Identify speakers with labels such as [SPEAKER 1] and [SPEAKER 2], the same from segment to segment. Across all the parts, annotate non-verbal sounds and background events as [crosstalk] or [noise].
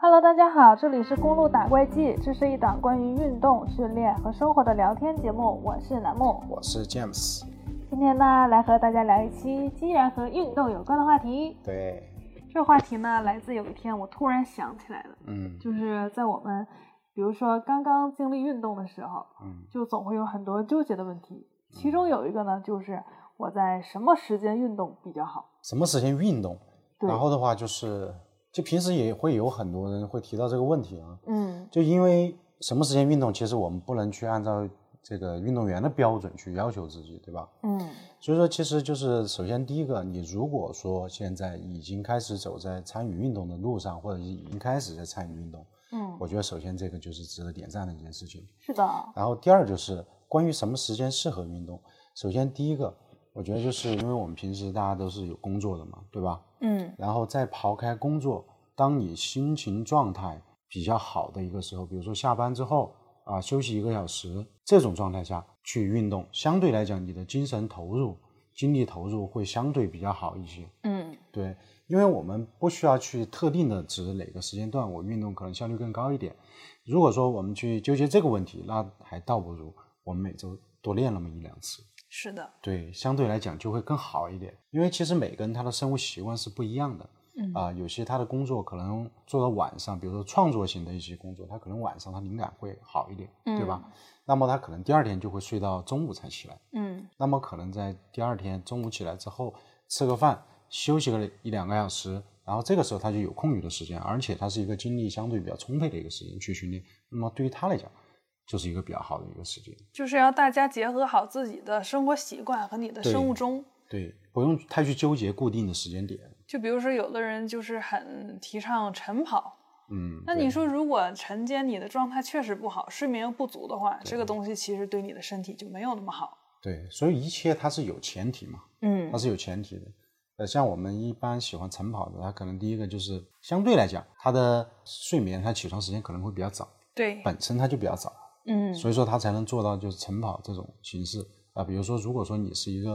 [SPEAKER 1] Hello，大家好，这里是公路打怪记，这是一档关于运动、训练和生活的聊天节目，我是楠木。
[SPEAKER 2] 我是 James。
[SPEAKER 1] 今天呢，来和大家聊一期既然和运动有关的话题。
[SPEAKER 2] 对，
[SPEAKER 1] 这个话题呢，来自有一天我突然想起来的，
[SPEAKER 2] 嗯
[SPEAKER 1] 就是在我们比如说刚刚经历运动的时候，
[SPEAKER 2] 嗯
[SPEAKER 1] 就总会有很多纠结的问题，其中有一个呢，就是我在什么时间运动比较好？
[SPEAKER 2] 什么时间运动？
[SPEAKER 1] 对，
[SPEAKER 2] 然后的话就是，就平时也会有很多人会提到这个问题啊，
[SPEAKER 1] 嗯，
[SPEAKER 2] 就因为什么时间运动，其实我们不能去按照这个运动员的标准去要求自己，对吧？
[SPEAKER 1] 嗯
[SPEAKER 2] 所以说，其实就是首先第一个，你如果说现在已经开始走在参与运动的路上，或者已经开始在参与运动，
[SPEAKER 1] 嗯，
[SPEAKER 2] 我觉得首先这个就是值得点赞的一件事情。
[SPEAKER 1] 是的，
[SPEAKER 2] 然后第二就是关于什么时间适合运动。首先第一个，我觉得就是因为我们平时大家都是有工作的嘛，对吧？
[SPEAKER 1] 嗯
[SPEAKER 2] 然后再刨开工作，当你心情状态比较好的一个时候，比如说下班之后啊、休息一个小时，这种状态下去运动，相对来讲你的精神投入、精力投入会相对比较好一些。
[SPEAKER 1] 嗯
[SPEAKER 2] 对，因为我们不需要去特定的指哪个时间段我运动可能效率更高一点。如果说我们去纠结这个问题，那还倒不如我们每周多练那么一两次，
[SPEAKER 1] 是的，
[SPEAKER 2] 对，相对来讲就会更好一点。因为其实每个人他的生活习惯是不一样的，
[SPEAKER 1] 嗯
[SPEAKER 2] 啊、有些他的工作可能做到晚上，比如说创作型的一些工作，他可能晚上他灵感会好一点，
[SPEAKER 1] 嗯
[SPEAKER 2] 对
[SPEAKER 3] 嗯
[SPEAKER 2] 吧？那么他可能第二天就会睡到中午才起来。
[SPEAKER 1] 嗯
[SPEAKER 2] 那么可能在第二天中午起来之后吃个饭，休息个一两个小时，然后这个时候他就有空余的时间，而且他是一个精力相对比较充沛的一个时间去训练。那么对于他来讲，就是一个比较好的一个时间。
[SPEAKER 3] 就是要大家结合好自己的生活习惯和你的
[SPEAKER 2] 对
[SPEAKER 3] 生物钟。
[SPEAKER 2] 对，不用太去纠结固定的时间点。
[SPEAKER 3] 就比如说，有的人就是很提倡晨跑，
[SPEAKER 2] 嗯，
[SPEAKER 3] 那
[SPEAKER 2] 对
[SPEAKER 3] 你说如果晨间你的状态确实不好，睡眠又不足的话，这个东西其实对你的身体就没有那么好。
[SPEAKER 2] 对，所以一切它是有前提嘛，
[SPEAKER 1] 嗯
[SPEAKER 2] 它是有前提的。呃，像我们一般喜欢晨跑的，他可能第一个就是相对来讲，他的睡眠他起床时间可能会比较早，
[SPEAKER 3] 对，
[SPEAKER 2] 本身他就比较早。
[SPEAKER 1] 嗯
[SPEAKER 2] 所以说他才能做到就是晨跑这种形式啊、比如说，如果说你是一个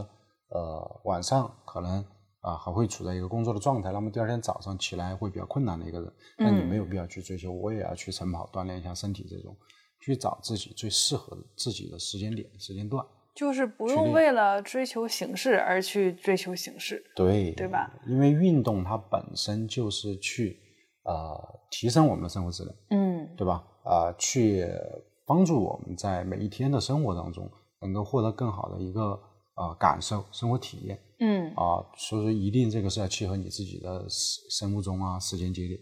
[SPEAKER 2] 呃晚上可能啊、还会处在一个工作的状态，那么第二天早上起来会比较困难的一个人，那你没有必要去追求我也要去晨跑锻炼一下身体这种，去找自己最适合自己的时间点时间段。
[SPEAKER 3] 就是不
[SPEAKER 2] 去练
[SPEAKER 3] 用为了追求形式而去追求形式。
[SPEAKER 2] 对
[SPEAKER 3] 对吧？
[SPEAKER 2] 因为运动它本身就是去呃提升我们的生活质量。
[SPEAKER 1] 嗯
[SPEAKER 2] 对吧？啊、去帮助我们在每一天的生活当中能够获得更好的一个呃感受、生活体验
[SPEAKER 1] 嗯
[SPEAKER 2] 啊、所以说一定这个是要契合你自己的时生物钟啊、时间节点。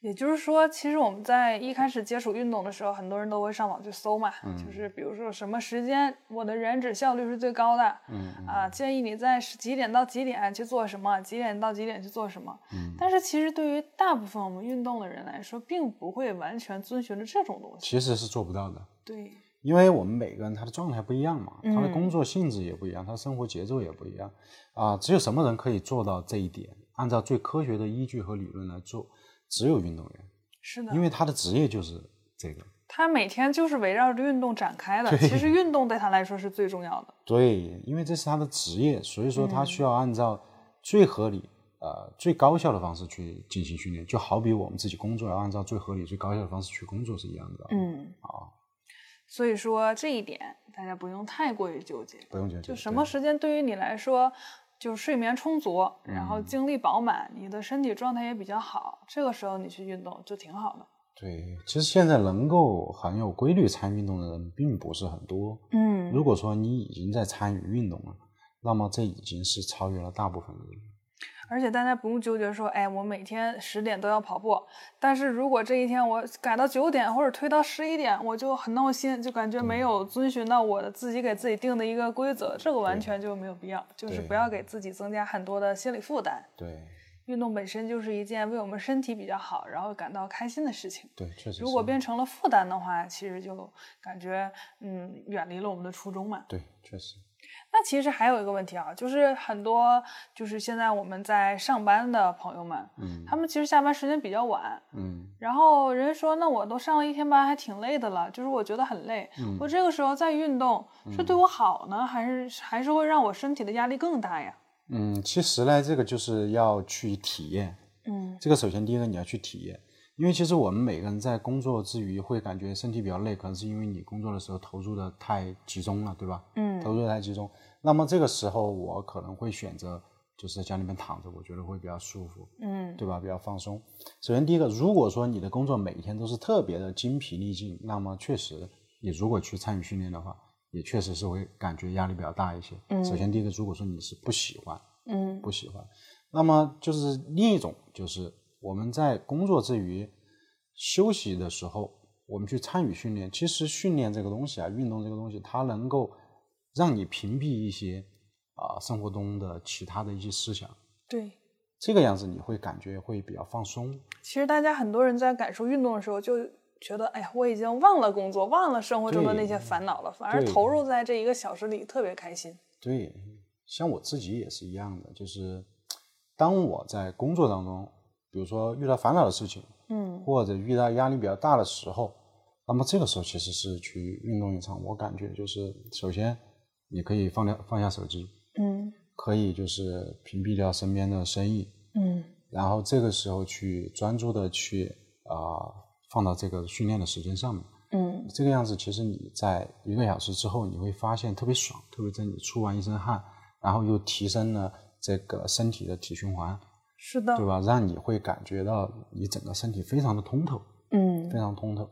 [SPEAKER 3] 也就是说，其实我们在一开始接触运动的时候，很多人都会上网去搜嘛，
[SPEAKER 2] 嗯
[SPEAKER 3] 就是比如说什么时间我的燃脂效率是最高的，
[SPEAKER 2] 嗯
[SPEAKER 3] 啊，建议你在是几点到几点去做什么，几点到几点去做什么。
[SPEAKER 2] 嗯
[SPEAKER 3] 但是其实对于大部分我们运动的人来说，并不会完全遵循着这种东西。
[SPEAKER 2] 其实是做不到的，
[SPEAKER 3] 对，
[SPEAKER 2] 因为我们每个人他的状态不一样嘛，他的工作性质也不一样，他生活节奏也不一样啊、只有什么人可以做到这一点？按照最科学的依据和理论来做，只有运动员，
[SPEAKER 3] 是的
[SPEAKER 2] 因，为他的职业就是这个。
[SPEAKER 3] 他每天就是围绕着运动展开的。其实运动对他来说是最重要的。
[SPEAKER 2] 对，因为这是他的职业，所以说他需要按照最合理、呃最高效的方式去进行训练，就好比我们自己工作要按照最合理、最高效的方式去工作是一样的。，
[SPEAKER 1] 嗯
[SPEAKER 2] 哦
[SPEAKER 3] 所以说这一点大家不用太过于纠结。
[SPEAKER 2] 不用纠结。
[SPEAKER 3] 就什么
[SPEAKER 2] 对
[SPEAKER 3] 时间对于你来说，就是睡眠充足，然
[SPEAKER 2] 嗯
[SPEAKER 3] 后精力饱满，你的身体状态也比较好，这个时候你去运动就挺好的。
[SPEAKER 2] 对，其实现在能够很有规律参与运动的人并不是很多。
[SPEAKER 1] 嗯
[SPEAKER 2] 如果说你已经在参与运动了，那么这已经是超越了大部分的人。
[SPEAKER 3] 而且大家不用纠结说，哎，我每天十点都要跑步，但是如果这一天我改到九点或者推到十一点，我就很闹心，就感觉
[SPEAKER 2] 嗯
[SPEAKER 3] 没有遵循到我的自己给自己定的一个规则，这个完全就没有必要，就是
[SPEAKER 2] 对
[SPEAKER 3] 不要给自己增加很多的心理负担。
[SPEAKER 2] 对
[SPEAKER 3] 运动本身就是一件为我们身体比较好，然后感到开心的事情。
[SPEAKER 2] 对，确实是。
[SPEAKER 3] 如果变成了负担的话，其实就感觉嗯远离了我们的初衷嘛。
[SPEAKER 2] 对，确实
[SPEAKER 3] 那其实还有一个问题啊，就是很多就是现在我们在上班的朋友们，
[SPEAKER 2] 嗯
[SPEAKER 3] 他们其实下班时间比较晚，
[SPEAKER 2] 嗯
[SPEAKER 3] 然后人家说那我都上了一天班，还挺累的了，就是我觉得很累，
[SPEAKER 2] 嗯
[SPEAKER 3] 我这个时候再运动是对我好呢，还是还是会让我身体的压力更大呀？
[SPEAKER 2] 嗯，其实呢，这个就是要去体验。
[SPEAKER 3] 嗯
[SPEAKER 2] 这个首先第一个你要去体验，因为其实我们每个人在工作之余会感觉身体比较累，可能是因为你工作的时候投入的太集中了，对吧？
[SPEAKER 4] 嗯
[SPEAKER 2] 投入的太集中。那么这个时候我可能会选择就是在家里面躺着，我觉得会比较舒服。
[SPEAKER 4] 嗯
[SPEAKER 2] 对吧？比较放松。首先第一个，如果说你的工作每一天都是特别的精疲力尽，那么确实你如果去参与训练的话，也确实是会感觉压力比较大一些。
[SPEAKER 4] 嗯
[SPEAKER 2] 首先第一个，如果说你是不喜欢，
[SPEAKER 4] 嗯
[SPEAKER 2] 不喜欢，那么就是另一种，就是我们在工作之余休息的时候，我们去参与训练。其实训练这个东西啊，运动这个东西，它能够让你屏蔽一些啊、生活中的其他的一些思想。
[SPEAKER 3] 对，
[SPEAKER 2] 这个样子你会感觉会比较放松，
[SPEAKER 3] 其实大家很多人在感受运动的时候，就觉得哎呀，我已经忘了工作，忘了生活中的那些烦恼了，反而
[SPEAKER 2] 对
[SPEAKER 3] 投入在这一个小时里，特别开心。
[SPEAKER 2] 对，像我自己也是一样的，就是当我在工作当中，比如说遇到烦恼的事情，
[SPEAKER 4] 嗯
[SPEAKER 2] 或者遇到压力比较大的时候，那么这个时候其实是去运动一场，我感觉就是首先你可以放掉放下手机，
[SPEAKER 4] 嗯
[SPEAKER 2] 可以就是屏蔽掉身边的声音，
[SPEAKER 4] 嗯
[SPEAKER 2] 然后这个时候去专注的去啊、放到这个训练的时间上面。
[SPEAKER 4] 嗯
[SPEAKER 2] 这个样子，其实你在一个小时之后，你会发现特别爽，特别在你出完一身汗，然后又提升了这个身体的体循环，
[SPEAKER 3] 是的
[SPEAKER 2] 对，吧？让你会感觉到你整个身体非常的通透，
[SPEAKER 4] 嗯
[SPEAKER 2] 非常通透。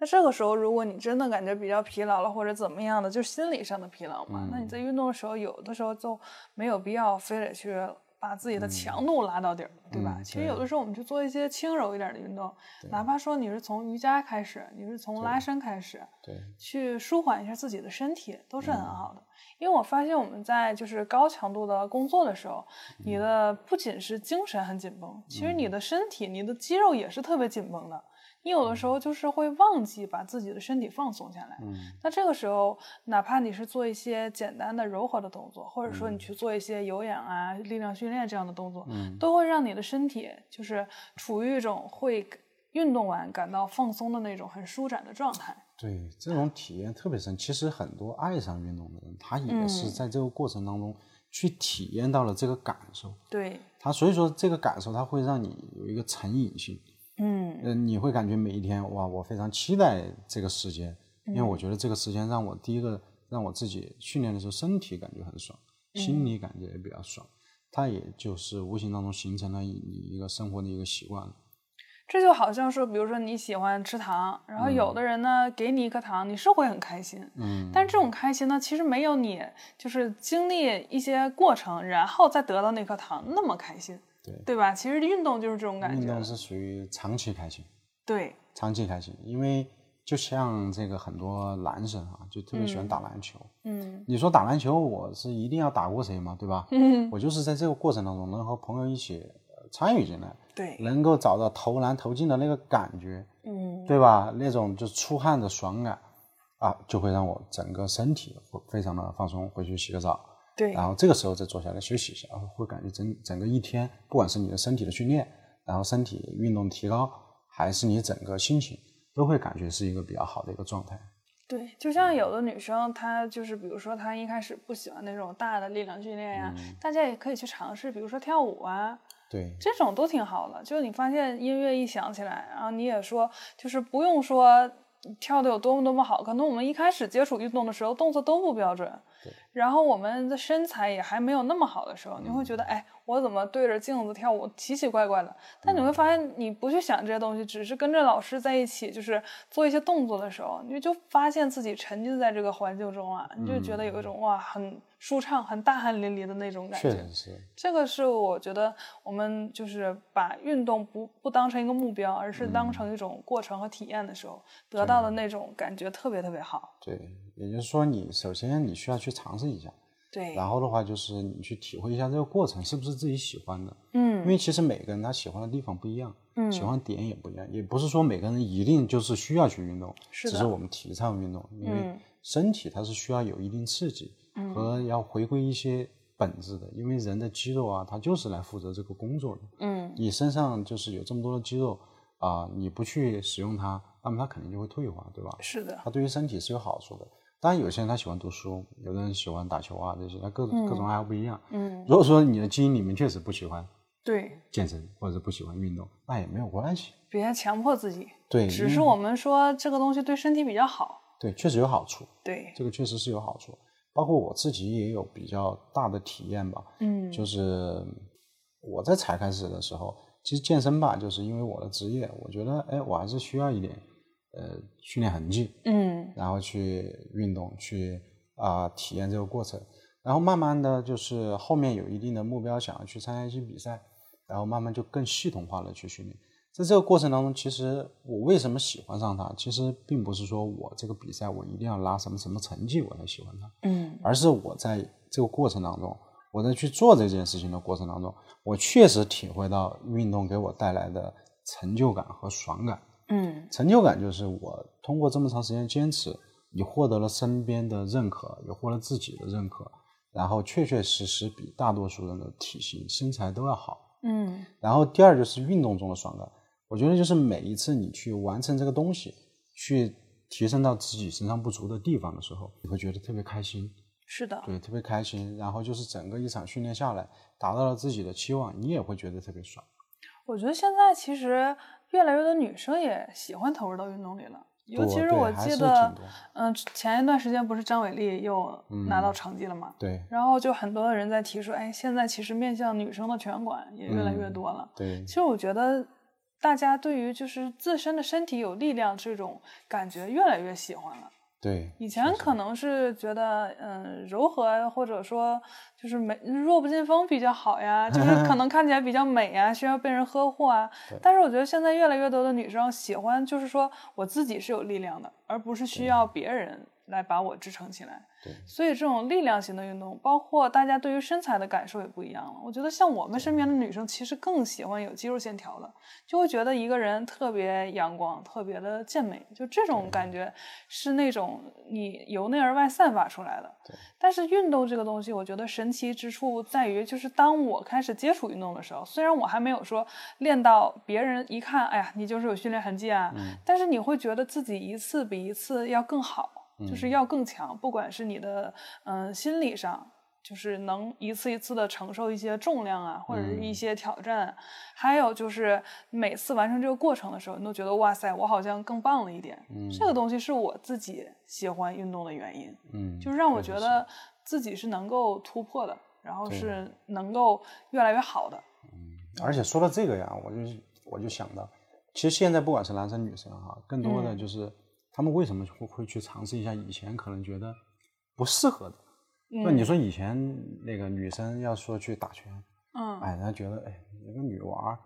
[SPEAKER 3] 那这个时候，如果你真的感觉比较疲劳了，或者怎么样的，就是心理上的疲劳嘛。那
[SPEAKER 2] 嗯
[SPEAKER 3] 你在运动的时候，有的时候就没有必要非得去把自己的强度拉到底儿，对吧？
[SPEAKER 2] 嗯
[SPEAKER 3] 其实
[SPEAKER 2] 对
[SPEAKER 3] 有的时候我们去做一些轻柔一点的运动，哪怕说你是从瑜伽开始，你是从拉伸开始，
[SPEAKER 2] 对，
[SPEAKER 3] 去舒缓一下自己的身体，都
[SPEAKER 2] 嗯
[SPEAKER 3] 是很好的。因为我发现我们在就是高强度的工作的时候，你
[SPEAKER 2] 嗯
[SPEAKER 3] 的不仅是精神很紧绷，其实你的身体、你的肌肉也是特别紧绷的。你有的时候就是会忘记把自己的身体放松下来。
[SPEAKER 2] 嗯
[SPEAKER 3] 那这个时候，哪怕你是做一些简单的柔和的动作，或者说你去做一些有氧啊、力量训练这样的动作，
[SPEAKER 2] 嗯，
[SPEAKER 3] 都会让你的身体就是处于一种会运动完感到放松的那种很舒展的状态。
[SPEAKER 2] 对，这种体验特别深。其实很多爱上运动的人，他也是
[SPEAKER 4] 嗯
[SPEAKER 2] 在这个过程当中去体验到了这个感受。
[SPEAKER 3] 对，
[SPEAKER 2] 他所以说这个感受，它会让你有一个成瘾性。
[SPEAKER 4] 嗯
[SPEAKER 2] 嗯，你会感觉每一天哇，我非常期待这个时间，因为我
[SPEAKER 3] 嗯
[SPEAKER 2] 觉得这个时间让我第一个让我自己训练的时候身体感觉很爽，
[SPEAKER 3] 嗯
[SPEAKER 2] 心里感觉也比较爽，它也就是无形当中形成了你一个生活的一个习惯了。
[SPEAKER 3] 这就好像说，比如说你喜欢吃糖，然后有的人呢、给你一颗糖，你是会很开心，
[SPEAKER 2] 嗯，
[SPEAKER 3] 但是这种开心呢，其实没有你就是经历一些过程，然后再得到那颗糖那么开心，
[SPEAKER 2] 对
[SPEAKER 3] 对吧？其实运动就是这种感
[SPEAKER 2] 运
[SPEAKER 3] 觉
[SPEAKER 2] 动，是属于长期开心，
[SPEAKER 3] 对，
[SPEAKER 2] 长期开心，因为就像这个很多男生啊，就特别喜欢打篮球。
[SPEAKER 3] 嗯
[SPEAKER 2] 你说打篮球，我是一定要打过谁吗？对吧？
[SPEAKER 3] 嗯，
[SPEAKER 2] [laughs] 我就是在这个过程当中能和朋友一起呃参与进来，
[SPEAKER 3] 对，
[SPEAKER 2] 能够找到投篮投进的那个感觉，
[SPEAKER 4] 嗯
[SPEAKER 2] 对吧？那种就出汗的爽感啊，就会让我整个身体会非常的放松，回去洗个澡，
[SPEAKER 3] 对
[SPEAKER 2] 然后这个时候再坐下来休息一下，啊会感觉整整个一天，不管是你的身体的训练，然后身体运动提高，还是你整个心情，都会感觉是一个比较好的一个状态。
[SPEAKER 3] 对，就像有的女生，她就是比如说她一开始不喜欢那种大的力量训练呀，
[SPEAKER 2] 嗯
[SPEAKER 3] 大家也可以去尝试，比如说跳舞啊，
[SPEAKER 2] 对，
[SPEAKER 3] 这种都挺好的，就是你发现音乐一响起来，然后你也说，就是不用说跳的有多么多么好，可能我们一开始接触运动的时候动作都不标准
[SPEAKER 2] 对，嗯
[SPEAKER 3] 然后我们的身材也还没有那么好的时候，你会觉得，哎，我怎么对着镜子跳舞奇奇怪怪的？但
[SPEAKER 2] 嗯
[SPEAKER 3] 你会发现，你不去想这些东西，只是跟着老师在一起，就是做一些动作的时候，你就发现自己沉浸在这个环境中啊，你就
[SPEAKER 2] 嗯
[SPEAKER 3] 觉得有一种哇，很舒畅、很大汗淋漓的那种感觉。
[SPEAKER 2] 确实是，
[SPEAKER 3] 这个是我觉得我们就是把运动不不当成一个目标，而是
[SPEAKER 2] 嗯
[SPEAKER 3] 当成一种过程和体验的时候，得到的那种感觉特别特别好。
[SPEAKER 2] 对，也就是说你首先你需要去尝试一下，
[SPEAKER 3] 对
[SPEAKER 2] 然后的话就是你去体会一下这个过程是不是自己喜欢的，因
[SPEAKER 4] 嗯
[SPEAKER 2] 为其实每个人他喜欢的地方不一样，
[SPEAKER 4] 嗯
[SPEAKER 2] 喜欢的点也不一样，也不是说每个人一定就是需要去运动，
[SPEAKER 3] 是的
[SPEAKER 2] 只是我们提倡运动，因为
[SPEAKER 4] 嗯
[SPEAKER 2] 身体它是需要有一定刺激、
[SPEAKER 3] 嗯
[SPEAKER 2] 和要回归一些本质的，因为人的肌肉啊，它就是来负责这个工作的，
[SPEAKER 4] 嗯
[SPEAKER 2] 你身上就是有这么多的肌肉啊、你不去使用它，那么它肯定就会退化，对吧？
[SPEAKER 3] 是的，
[SPEAKER 2] 它对于身体是有好处的。当然，有些人他喜欢读书，
[SPEAKER 3] 嗯
[SPEAKER 2] 有的人喜欢打球啊，这些，他各各种爱好不一样。
[SPEAKER 4] 嗯
[SPEAKER 2] 如果说你的基因里面确实不喜欢
[SPEAKER 3] 对，
[SPEAKER 2] 健身或者是不喜欢运动，那也没有关系。
[SPEAKER 3] 别强迫自己，
[SPEAKER 2] 对，
[SPEAKER 3] 只
[SPEAKER 2] 因
[SPEAKER 3] 是
[SPEAKER 2] 为
[SPEAKER 3] 我们说这个东西对身体比较好。
[SPEAKER 2] 对确实有好处，
[SPEAKER 3] 对，
[SPEAKER 2] 这个确实是有好处。包括我自己也有比较大的体验吧，
[SPEAKER 3] 嗯，
[SPEAKER 2] 就是我在才开始的时候，其实健身吧，就是因为我的职业，我觉得哎，我还是需要一点呃训练痕迹，
[SPEAKER 3] 嗯
[SPEAKER 2] 然后去运动，去啊、体验这个过程。然后慢慢的就是后面有一定的目标，想要去参加一些比赛，然后慢慢就更系统化的去训练。在这个过程当中，其实我为什么喜欢上它，其实并不是说我这个比赛我一定要拉什么什么成绩我才喜欢它，
[SPEAKER 3] 嗯
[SPEAKER 2] 而是我在这个过程当中，我在去做这件事情的过程当中，我确实体会到运动给我带来的成就感和爽感。
[SPEAKER 3] 嗯
[SPEAKER 2] 成就感就是我通过这么长时间坚持，你获得了身边的认可，也获得自己的认可，然后确确实实比大多数人的体型、身材都要好。
[SPEAKER 3] 嗯
[SPEAKER 2] 然后第二就是运动中的爽感，我觉得就是每一次你去完成这个东西，去提升到自己身上不足的地方的时候，你会觉得特别开心，
[SPEAKER 3] 是的，
[SPEAKER 2] 对，特别开心。然后就是整个一场训练下来，达到了自己的期望，你也会觉得特别爽。
[SPEAKER 3] 我觉得现在其实越来越多女生也喜欢投入到运动里了，尤其
[SPEAKER 2] 多
[SPEAKER 3] 是
[SPEAKER 2] 对
[SPEAKER 3] 我
[SPEAKER 2] 还
[SPEAKER 3] 记
[SPEAKER 2] 是
[SPEAKER 3] 得
[SPEAKER 2] 挺多，嗯
[SPEAKER 3] 嗯，前一段时间不是张伟丽又拿到成绩了嘛，
[SPEAKER 2] 对
[SPEAKER 3] 然后就很多人在提出，哎，现在其实面向女生的拳馆也越来越
[SPEAKER 2] 嗯
[SPEAKER 3] 多了。
[SPEAKER 2] 对
[SPEAKER 3] 其实我觉得大家对于就是自身的身体有力量这种感觉越来越喜欢了。
[SPEAKER 2] 对，
[SPEAKER 3] 以前可能是觉得，嗯，柔和或者说就是没弱不禁风比较好呀，就是可 [laughs] 能看起来比较美呀，需要被人呵护啊。但是我觉得现在越来越多的女生喜欢，就是说我自己是有力量的，而不是需要别人来把我支撑起来。
[SPEAKER 2] 对
[SPEAKER 3] 所以这种力量型的运动，包括大家对于身材的感受也不一样了。我觉得像我们身边的女生，其实更喜欢有肌肉线条的，就会觉得一个人特别阳光，特别的健美，就这种感觉是那种你由内而外散发出来的
[SPEAKER 2] 对。
[SPEAKER 3] 但是运动这个东西，我觉得神奇之处在于，就是当我开始接触运动的时候，虽然我还没有说练到别人一看，哎呀，你就是有训练痕迹啊，但是你会觉得自己一次比一次要更好。就是要更强，不管是你的嗯、呃心理上，就是能一次一次的承受一些重量啊，或者是一些挑战啊，还有就是每次完成这个过程的时候，你都觉得哇塞，我好像更棒了一点。这个东西是我自己喜欢运动的原因，
[SPEAKER 2] 嗯，
[SPEAKER 3] 就是让我
[SPEAKER 2] 确
[SPEAKER 3] 觉
[SPEAKER 2] 实是
[SPEAKER 3] 得自己是能够突破的，然后
[SPEAKER 2] 对
[SPEAKER 3] 是能够越来越好的。
[SPEAKER 2] 而且说到这个呀，我就我就想到，其实现在不管是男生女生哈，更多的
[SPEAKER 3] 嗯
[SPEAKER 2] 就是、他们为什么会会去尝试一下以前可能觉得不适合的。那、你
[SPEAKER 3] 嗯
[SPEAKER 2] 说以前那个女生要说去打拳，
[SPEAKER 3] 嗯，
[SPEAKER 2] 哎，人家觉得哎，一个女娃儿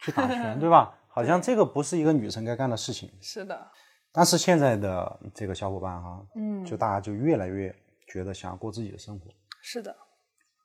[SPEAKER 2] 去打拳，
[SPEAKER 3] [laughs]
[SPEAKER 2] 对吧？好像这个不是一个女生该干的事情。
[SPEAKER 3] 是的，
[SPEAKER 2] 但是现在的这个小伙伴哈，
[SPEAKER 3] 嗯，
[SPEAKER 2] 就大家就越来越觉得想要过自己的生活，
[SPEAKER 3] 是的，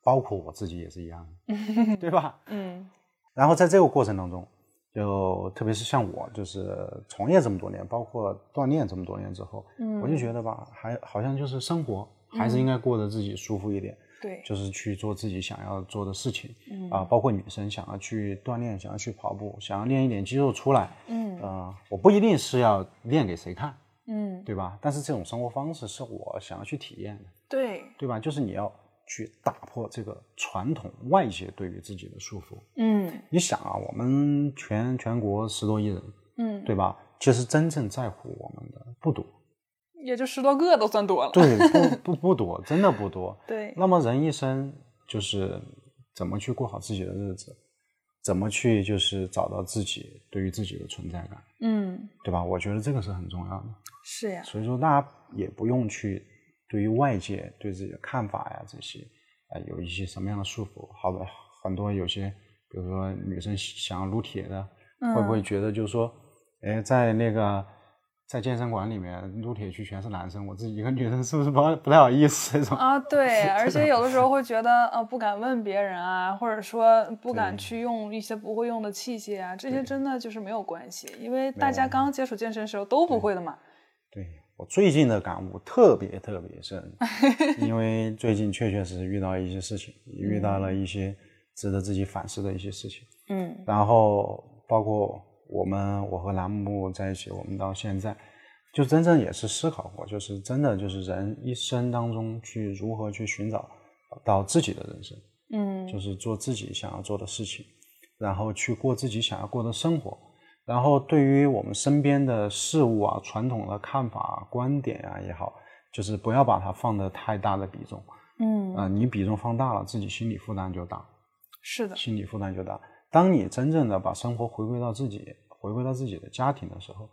[SPEAKER 2] 包括我自己也是一样
[SPEAKER 3] [laughs]
[SPEAKER 2] 的，对吧？
[SPEAKER 3] 嗯
[SPEAKER 2] 然后在这个过程当中，就特别是像我，就是从业这么多年，包括锻炼这么多年之后，
[SPEAKER 3] 嗯，
[SPEAKER 2] 我就觉得吧，还好像就是生活还是应该过得自己舒服一点，
[SPEAKER 3] 对，
[SPEAKER 2] 就是去做自己想要做的事情
[SPEAKER 3] 嗯
[SPEAKER 2] 啊、包括女生想要去锻炼，想要去跑步，想要练一点肌肉出来，
[SPEAKER 3] 嗯
[SPEAKER 2] 呃，我不一定是要练给谁看，
[SPEAKER 3] 嗯
[SPEAKER 2] 对吧？但是这种生活方式是我想要去体验的，
[SPEAKER 3] 对，
[SPEAKER 2] 对吧？就是你要去打破这个传统外界对于自己的束缚。
[SPEAKER 3] 嗯
[SPEAKER 2] 你想啊，我们全全国十多亿人，
[SPEAKER 3] 嗯，
[SPEAKER 2] 对吧？其实真正在乎我们的不多，
[SPEAKER 3] 也就十多个都算多了。
[SPEAKER 2] 对，不不不多，真的不多。
[SPEAKER 3] 对，
[SPEAKER 2] 那么人一生就是怎么去过好自己的日子，怎么去就是找到自己对于自己的存在感，
[SPEAKER 3] 嗯，
[SPEAKER 2] 对吧？我觉得这个是很重要的。
[SPEAKER 3] 是呀，
[SPEAKER 2] 所以说，大家也不用去对于外界对自己的看法呀这些，呃，有一些什么样的束缚。好的，很多有些，比如说女生想要撸铁的，
[SPEAKER 3] 嗯
[SPEAKER 2] 会不会觉得就是说，哎，在那个在健身馆里面撸铁区全是男生，我自己一个女生是不是不好不太好意思这种？
[SPEAKER 3] 啊，
[SPEAKER 2] [laughs]
[SPEAKER 3] 对，而且有的时候会觉得呃不敢问别人啊，或者说不敢去用一些不会用的器械啊，这些
[SPEAKER 2] 对
[SPEAKER 3] 真的就是没有关系，因为大
[SPEAKER 2] 有
[SPEAKER 3] 家
[SPEAKER 2] 关系
[SPEAKER 3] 刚接触健身的时候都不会的嘛。
[SPEAKER 2] 对我最近的感悟特别特别深，因为最近确确实实遇到一些事情，遇到了一些值得自己反思的一些事情。
[SPEAKER 3] 嗯
[SPEAKER 2] 然后包括我们我和栏目在一起，我们到现在就真正也是思考过，就是真的就是人一生当中去如何去寻找到自己的人生，
[SPEAKER 3] 嗯
[SPEAKER 2] 就是做自己想要做的事情。然后去过自己想要过的生活。然后对于我们身边的事物啊、传统的看法、啊、观点啊也好，就是不要把它放的太大的比重。
[SPEAKER 3] 嗯
[SPEAKER 2] 啊、你比重放大了，自己心理负担就大，
[SPEAKER 3] 是的，
[SPEAKER 2] 心理负担就大。当你真正的把生活回归到自己，回归到自己的家庭的时候，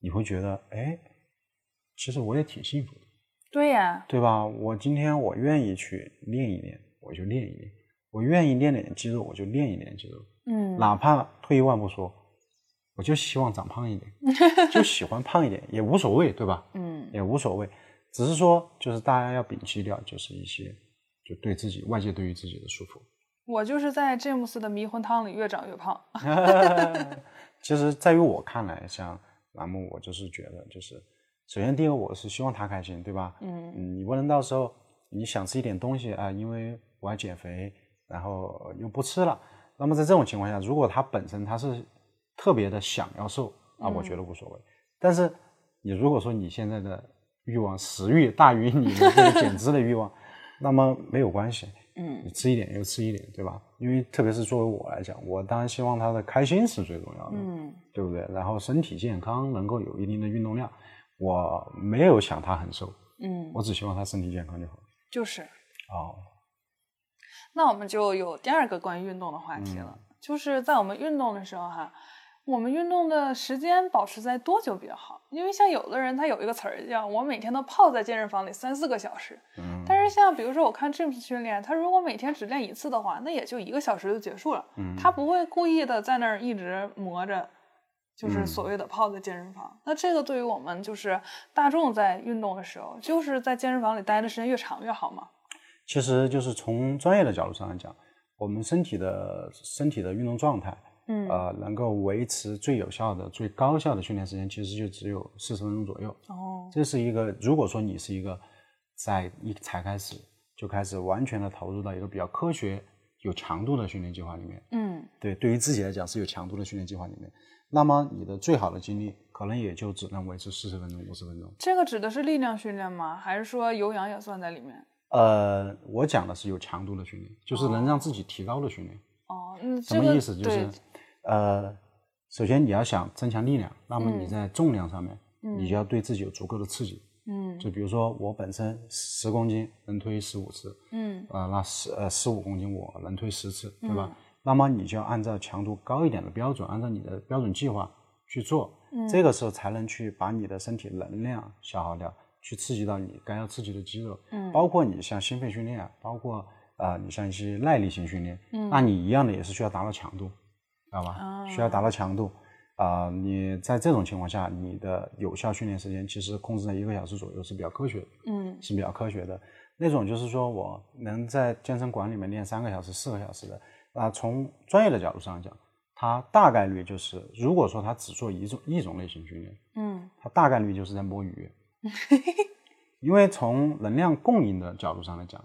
[SPEAKER 2] 你会觉得，哎，其实我也挺幸福的，
[SPEAKER 3] 对呀，
[SPEAKER 2] 对吧？我今天我愿意去练一练，我就练一练；我愿意练点肌肉，我就练一练肌肉。
[SPEAKER 3] 嗯，
[SPEAKER 2] 哪怕退一万步说，我就希望长胖一点，就喜欢胖一点也无所谓，对吧？
[SPEAKER 3] 嗯
[SPEAKER 2] 也无所谓，只是说就是大家要摒弃掉，就是一些就对自己外界对于自己的束缚。 [laughs]
[SPEAKER 3] 我就是在詹姆斯的迷魂汤里越长越胖。
[SPEAKER 2] 其实，在于我看来，像栏目，我就是觉得，就是首先第一个，我是希望他开心，对吧？
[SPEAKER 3] 嗯
[SPEAKER 2] 嗯，你不能到时候你想吃一点东西啊、因为我要减肥，然后呃又不吃了。那么在这种情况下，如果他本身他是特别的想要瘦啊，我觉得无所谓。但是你如果说你现在的欲望食欲大于你的这个减脂的欲望，那么没有关系，
[SPEAKER 3] 嗯
[SPEAKER 2] 你吃一点就吃一点，对吧？因为特别是作为我来讲，我当然希望他的开心是最重要的，
[SPEAKER 3] 嗯
[SPEAKER 2] 对不对？然后身体健康，能够有一定的运动量，我没有想他很瘦，
[SPEAKER 3] 嗯，
[SPEAKER 2] 我只希望他身体健康就好。
[SPEAKER 3] 就是。
[SPEAKER 2] 哦，
[SPEAKER 3] 那我们就有第二个关于运动的话题了，就是在我们运动的时候哈，我们运动的时间保持在多久比较好？因为像有的人他有一个词儿叫“我每天都泡在健身房里三四个小时”，
[SPEAKER 2] 嗯，
[SPEAKER 3] 但是像比如说我看 James 训练，他如果每天只练一次的话，那也就一个小时就结束了，
[SPEAKER 2] 嗯
[SPEAKER 3] 他不会故意的在那儿一直磨着。就是
[SPEAKER 2] 嗯
[SPEAKER 3] 所谓的泡在健身房，那这个对于我们就是大众在运动的时候，就是在健身房里待的时间越长越好嘛。
[SPEAKER 2] 其实就是从专业的角度上来讲，我们身体的身体的运动状态，
[SPEAKER 3] 嗯
[SPEAKER 2] 呃，能够维持最有效的、最高效的训练时间，其实就只有四十分钟左右。
[SPEAKER 3] 哦，
[SPEAKER 2] 这是一个，如果说你是一个在一才开始就开始完全的投入到一个比较科学、有强度的训练计划里面，
[SPEAKER 3] 嗯
[SPEAKER 2] 对，对于自己来讲是有强度的训练计划里面，那么你的最好的精力可能也就只能维持四十分钟、五十分钟。
[SPEAKER 3] 这个指的是力量训练吗？还是说有氧也算在里面？
[SPEAKER 2] 呃，我讲的是有强度的训练，就是能让自己提高的训练。
[SPEAKER 3] 哦，嗯，
[SPEAKER 2] 什
[SPEAKER 3] 哦这
[SPEAKER 2] 么
[SPEAKER 3] 个
[SPEAKER 2] 意思？就是
[SPEAKER 3] 对，
[SPEAKER 2] 呃，首先你要想增强力量，那么你
[SPEAKER 3] 嗯
[SPEAKER 2] 在重量上面，
[SPEAKER 3] 嗯
[SPEAKER 2] 你就要对自己有足够的刺激。
[SPEAKER 3] 嗯
[SPEAKER 2] 就比如说我本身十公斤能推十五次，
[SPEAKER 3] 嗯
[SPEAKER 2] 啊、那十呃十五公斤我能推十次，对吧？那么你就要按照强度高一点的标准，按照你的标准计划去做，
[SPEAKER 3] 嗯
[SPEAKER 2] 这个时候才能去把你的身体能量消耗掉，去刺激到你该要刺激的肌肉，
[SPEAKER 3] 嗯
[SPEAKER 2] 包括你像心肺训练啊，包括啊、呃你像一些耐力型训练，
[SPEAKER 3] 嗯
[SPEAKER 2] 那你一样的也是需要达到强度，知道吧？
[SPEAKER 3] 啊
[SPEAKER 2] 需要达到强度。啊、你在这种情况下，你的有效训练时间其实控制在一个小时左右是比较科学的。
[SPEAKER 3] 嗯
[SPEAKER 2] 是比较科学的。那种就是说我能在健身馆里面练三个小时、四个小时的，啊、从专业的角度上讲，它大概率就是，如果说他只做一种一种类型训练，
[SPEAKER 3] 嗯
[SPEAKER 2] 它大概率就是在
[SPEAKER 3] [laughs]
[SPEAKER 2] 摸鱼，因为从能量供应的角度上来讲，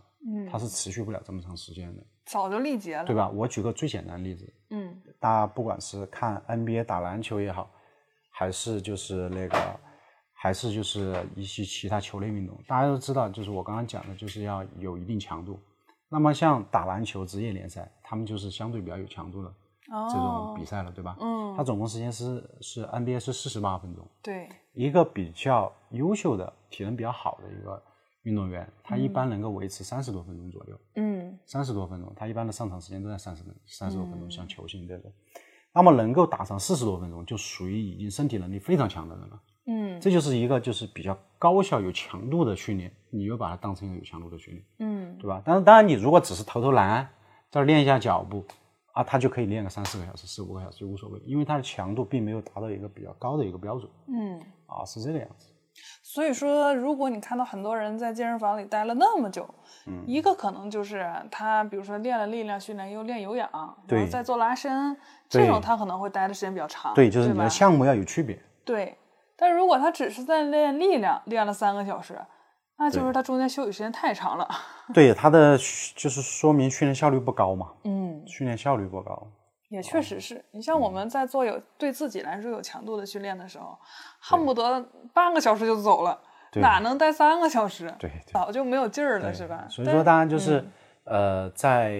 [SPEAKER 2] 它
[SPEAKER 3] 嗯，
[SPEAKER 2] 是持续不了这么长时间的，
[SPEAKER 3] 早就力竭了，
[SPEAKER 2] 对吧？我举个最简单的例子，
[SPEAKER 3] 嗯
[SPEAKER 2] 大家不管是看 NBA 打篮球也好，还是就是那个，还是就是一些其他球类运动，大家都知道，就是我刚刚讲的，就是要有一定强度。那么像打篮球职业联赛，他们就是相对比较有强度的
[SPEAKER 3] 哦，
[SPEAKER 2] 这种比赛了，对吧？
[SPEAKER 3] 嗯
[SPEAKER 2] 它总共时间是是 NBA 是四十八分钟。
[SPEAKER 3] 对，
[SPEAKER 2] 一个比较优秀的、体能比较好的一个运动员，他一般能够维持三十多分钟左右。
[SPEAKER 3] 嗯
[SPEAKER 2] 三十多分钟，他一般的上场时间都在三十分三十多分钟，
[SPEAKER 3] 嗯
[SPEAKER 2] 像球星这种。那么能够打上四十多分钟，就属于已经身体能力非常强的人了。
[SPEAKER 3] 嗯
[SPEAKER 2] 这就是一个就是比较高效、有强度的训练，你就把它当成一个有强度的训练，
[SPEAKER 3] 嗯
[SPEAKER 2] 对吧？但是当然，你如果只是投投篮，这儿练一下脚步啊，他就可以练个三四个小时、四五个小时就无所谓，因为他的强度并没有达到一个比较高的一个标准
[SPEAKER 3] 嗯。
[SPEAKER 2] 啊，是这个样子。
[SPEAKER 3] 所以说，如果你看到很多人在健身房里待了那么久，
[SPEAKER 2] 嗯
[SPEAKER 3] 一个可能就是他，比如说练了力量训练，又练有氧，然
[SPEAKER 2] 对
[SPEAKER 3] 后再做拉伸，
[SPEAKER 2] 对
[SPEAKER 3] 这种他可能会待的时间比较长。
[SPEAKER 2] 对，就是你
[SPEAKER 3] 啊吧
[SPEAKER 2] 的项目要
[SPEAKER 3] [laughs]
[SPEAKER 2] 有区别。
[SPEAKER 3] 对，但如果他只是在练力量，练了三个小时，那就是
[SPEAKER 2] 对
[SPEAKER 3] 他中间休息时间太长了。
[SPEAKER 2] 对，他的就是说明训练效率不高嘛，
[SPEAKER 3] [laughs] 嗯，
[SPEAKER 2] 训练效率不高。
[SPEAKER 3] 也确实是你像我
[SPEAKER 2] 嗯
[SPEAKER 3] 们在做有对自己来说有强度的训练的时候，恨不得半个小时就走了，
[SPEAKER 2] 对
[SPEAKER 3] 哪能待三个小时？
[SPEAKER 2] 对对
[SPEAKER 3] 早就没有劲儿了，[laughs]
[SPEAKER 2] 对
[SPEAKER 3] 是吧？嗯
[SPEAKER 2] 所以
[SPEAKER 3] 但
[SPEAKER 2] 说，当然就是、呃，在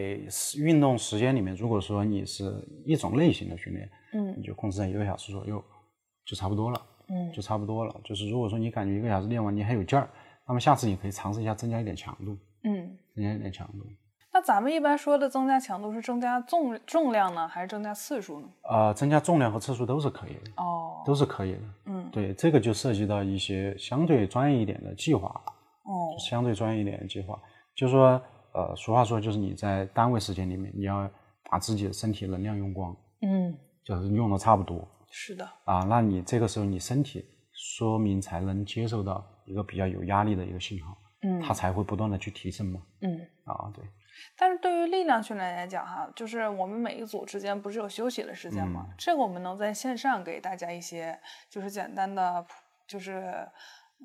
[SPEAKER 2] 运动时间里面，如果说你是一种类型的训练，
[SPEAKER 3] 嗯
[SPEAKER 2] 你就控制在一个小时左右，就差不多了，
[SPEAKER 3] 嗯
[SPEAKER 2] 就差不多了。就是如果说你感觉一个小时练完你还有劲儿，那么下次你可以尝试一下增加一点强度，
[SPEAKER 3] 嗯。
[SPEAKER 2] 增加一点强度。
[SPEAKER 3] 那咱们一般说的增加强度是增加重重量呢，还是增加次数呢？
[SPEAKER 2] 呃，增加重量和次数都是可以的，
[SPEAKER 3] 哦，
[SPEAKER 2] 都是可以的。
[SPEAKER 3] 嗯，
[SPEAKER 2] 对，这个就涉及到一些相对专业一点的计划了。
[SPEAKER 3] 哦，
[SPEAKER 2] 相对专业一点的计划，就是说，呃，俗话说就是你在单位时间里面，你要把自己的身体能量用光，
[SPEAKER 3] 嗯，
[SPEAKER 2] 就是用的差不多
[SPEAKER 3] 是的，
[SPEAKER 2] 啊，那你这个时候你身体说明才能接受到一个比较有压力的一个信号，
[SPEAKER 3] 嗯
[SPEAKER 2] 它才会不断的去提升嘛。
[SPEAKER 3] 嗯。
[SPEAKER 2] 啊，对，
[SPEAKER 3] 但是对于力量训练来讲哈，就是我们每一组之间不是有休息的时间吗？
[SPEAKER 2] 嗯
[SPEAKER 3] 这个我们能在线上给大家一些就是简单的，就是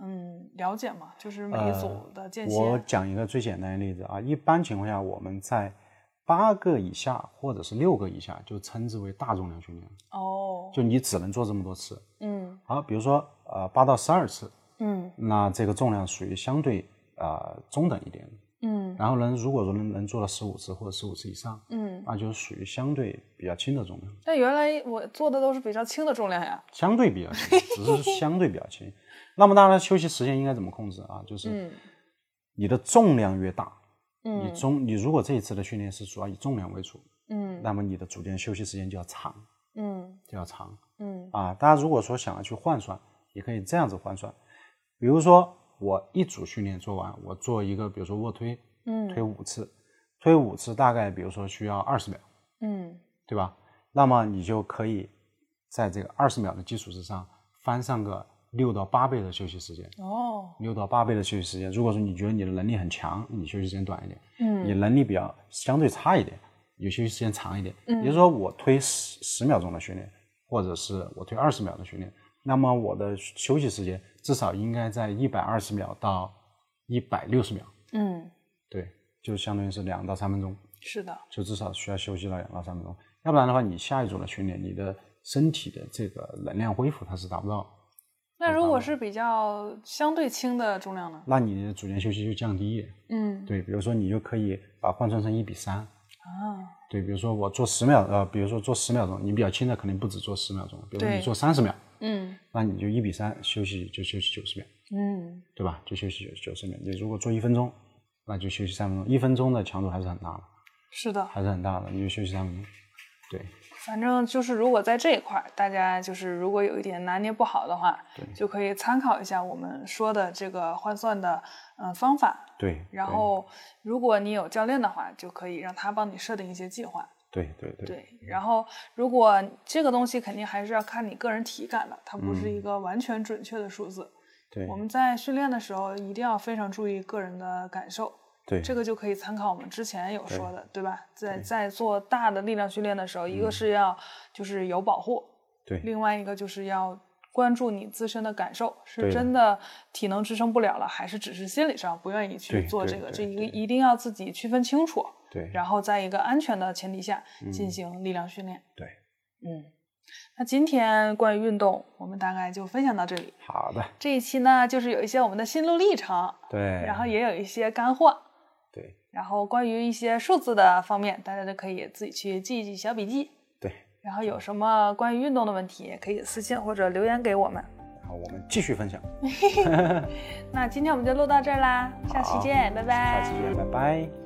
[SPEAKER 3] 嗯了解嘛，就是每一组的间歇。
[SPEAKER 2] 呃我讲一个最简单的例子啊，一般情况下我们在八个以下或者是六个以下就称之为大重量训练，
[SPEAKER 3] 哦，
[SPEAKER 2] 就你只能做这么多次。
[SPEAKER 3] 嗯
[SPEAKER 2] 好，比如说呃八到十二次，
[SPEAKER 3] 嗯
[SPEAKER 2] 那这个重量属于相对呃中等一点的。
[SPEAKER 3] 嗯
[SPEAKER 2] 然后呢，如果说能能做到十五次或者十五次以上，
[SPEAKER 3] 嗯。
[SPEAKER 2] 那就是属于相对比较轻的重量，
[SPEAKER 3] 那原来我做的都是比较轻的重量呀。
[SPEAKER 2] 相对比较轻，只是相对比
[SPEAKER 3] [laughs]
[SPEAKER 2] 较轻。那么当然，休息时间应该怎么控制啊？就是
[SPEAKER 3] 嗯
[SPEAKER 2] 你的重量越大，
[SPEAKER 3] 嗯
[SPEAKER 2] 你重你如果这一次的训练是主要以重量为主，
[SPEAKER 3] 嗯
[SPEAKER 2] 那么你的组间休息时间就要长，
[SPEAKER 3] 嗯
[SPEAKER 2] 就要长
[SPEAKER 3] 嗯
[SPEAKER 2] 啊。大家如果说想要去换算，也可以这样子换算，比如说我一组训练做完，我做一个比如说卧推，推
[SPEAKER 3] 嗯
[SPEAKER 2] 五次，推五次大概比如说需要二十秒，
[SPEAKER 3] 嗯
[SPEAKER 2] 对吧？那么你就可以在这个二十秒的基础之上翻上个六到八倍的休息时间，
[SPEAKER 3] 哦
[SPEAKER 2] 六到八倍的休息时间。如果说你觉得你的能力很强，你休息时间短一点；你
[SPEAKER 3] 嗯
[SPEAKER 2] 能力比较相对差一点，你休息时间长一点。也就是说，我推十十秒钟的训练，或者是我推二十秒的训练，那么我的休息时间至少应该在一百二十秒到一百六十秒，
[SPEAKER 3] 嗯
[SPEAKER 2] 对，就相当于是两到三分钟。
[SPEAKER 3] 是的
[SPEAKER 2] 就至少需要休息到两到三分钟，要不然的话，你下一组的训练，你的身体的这个能量恢复它是达不到，
[SPEAKER 3] 那如果是比较相对轻的重量呢
[SPEAKER 2] 那你的组间休息就降低。
[SPEAKER 3] 嗯
[SPEAKER 2] 对，比如说你就可以把换算成一比三。
[SPEAKER 3] 啊
[SPEAKER 2] 对，比如说我做十秒，呃，比如说做十秒钟，你比较轻的肯定不止做十秒钟，比如说
[SPEAKER 3] 对
[SPEAKER 2] 你做三十秒，
[SPEAKER 3] 嗯
[SPEAKER 2] 那你就一比三休息就休息九十秒，
[SPEAKER 3] 嗯
[SPEAKER 2] 对吧？就休息九九十秒。你如果做一分钟，那就休息三分钟，一分钟的强度还是很大的，
[SPEAKER 3] 是的，
[SPEAKER 2] 还是很大的，你就休息三分钟。对，
[SPEAKER 3] 反正就是如果在这一块儿，大家就是如果有一点拿捏不好的话，
[SPEAKER 2] 对
[SPEAKER 3] 就可以参考一下我们说的这个换算的嗯、呃方法。
[SPEAKER 2] 对。
[SPEAKER 3] 然
[SPEAKER 2] 对
[SPEAKER 3] 后，如果你有教练的话，就可以让他帮你设定一些计划。
[SPEAKER 2] 对对对
[SPEAKER 3] 对，然后如果这个东西肯定还是要看你个人体感的，它不是
[SPEAKER 2] 嗯
[SPEAKER 3] 一个完全准确的数字。
[SPEAKER 2] 对，
[SPEAKER 3] 我们在训练的时候一定要非常注意个人的感受，
[SPEAKER 2] 对
[SPEAKER 3] 这个就可以参考我们之前有说的，对吧？在
[SPEAKER 2] 对嗯
[SPEAKER 3] 在做大的力量训练的时候，一个是要就是有保护，
[SPEAKER 2] 对
[SPEAKER 3] 另外一个就是要关注你自身的感受，
[SPEAKER 2] 对
[SPEAKER 3] 是
[SPEAKER 2] 的
[SPEAKER 3] 真的体能支撑不了了，还是只是心理上不愿意去
[SPEAKER 2] 对
[SPEAKER 3] 做
[SPEAKER 2] 对
[SPEAKER 3] 这个？
[SPEAKER 2] 对
[SPEAKER 3] 这一个
[SPEAKER 2] 对
[SPEAKER 3] 一定要自己区分清楚，
[SPEAKER 2] 对，
[SPEAKER 3] 然后在一个安全的前提下进行力量训练。
[SPEAKER 2] 嗯对，
[SPEAKER 3] 嗯，那今天关于运动，我们大概就分享到这里。
[SPEAKER 2] 好的，
[SPEAKER 3] 这一期呢，就是有一些我们的心路历程，
[SPEAKER 2] 对，
[SPEAKER 3] 然后也有一些干货，
[SPEAKER 2] 对
[SPEAKER 3] 然后关于一些数字的方面，大家都可以自己去记一记小笔记。
[SPEAKER 2] 对，
[SPEAKER 3] 然后有什么关于运动的问题，也可以私信或者留言给我们。
[SPEAKER 2] 然后我们继续分享，
[SPEAKER 3] 那今天我们就录到这儿啦，下期
[SPEAKER 2] 好
[SPEAKER 3] 见，拜拜。
[SPEAKER 2] 下期见，拜拜。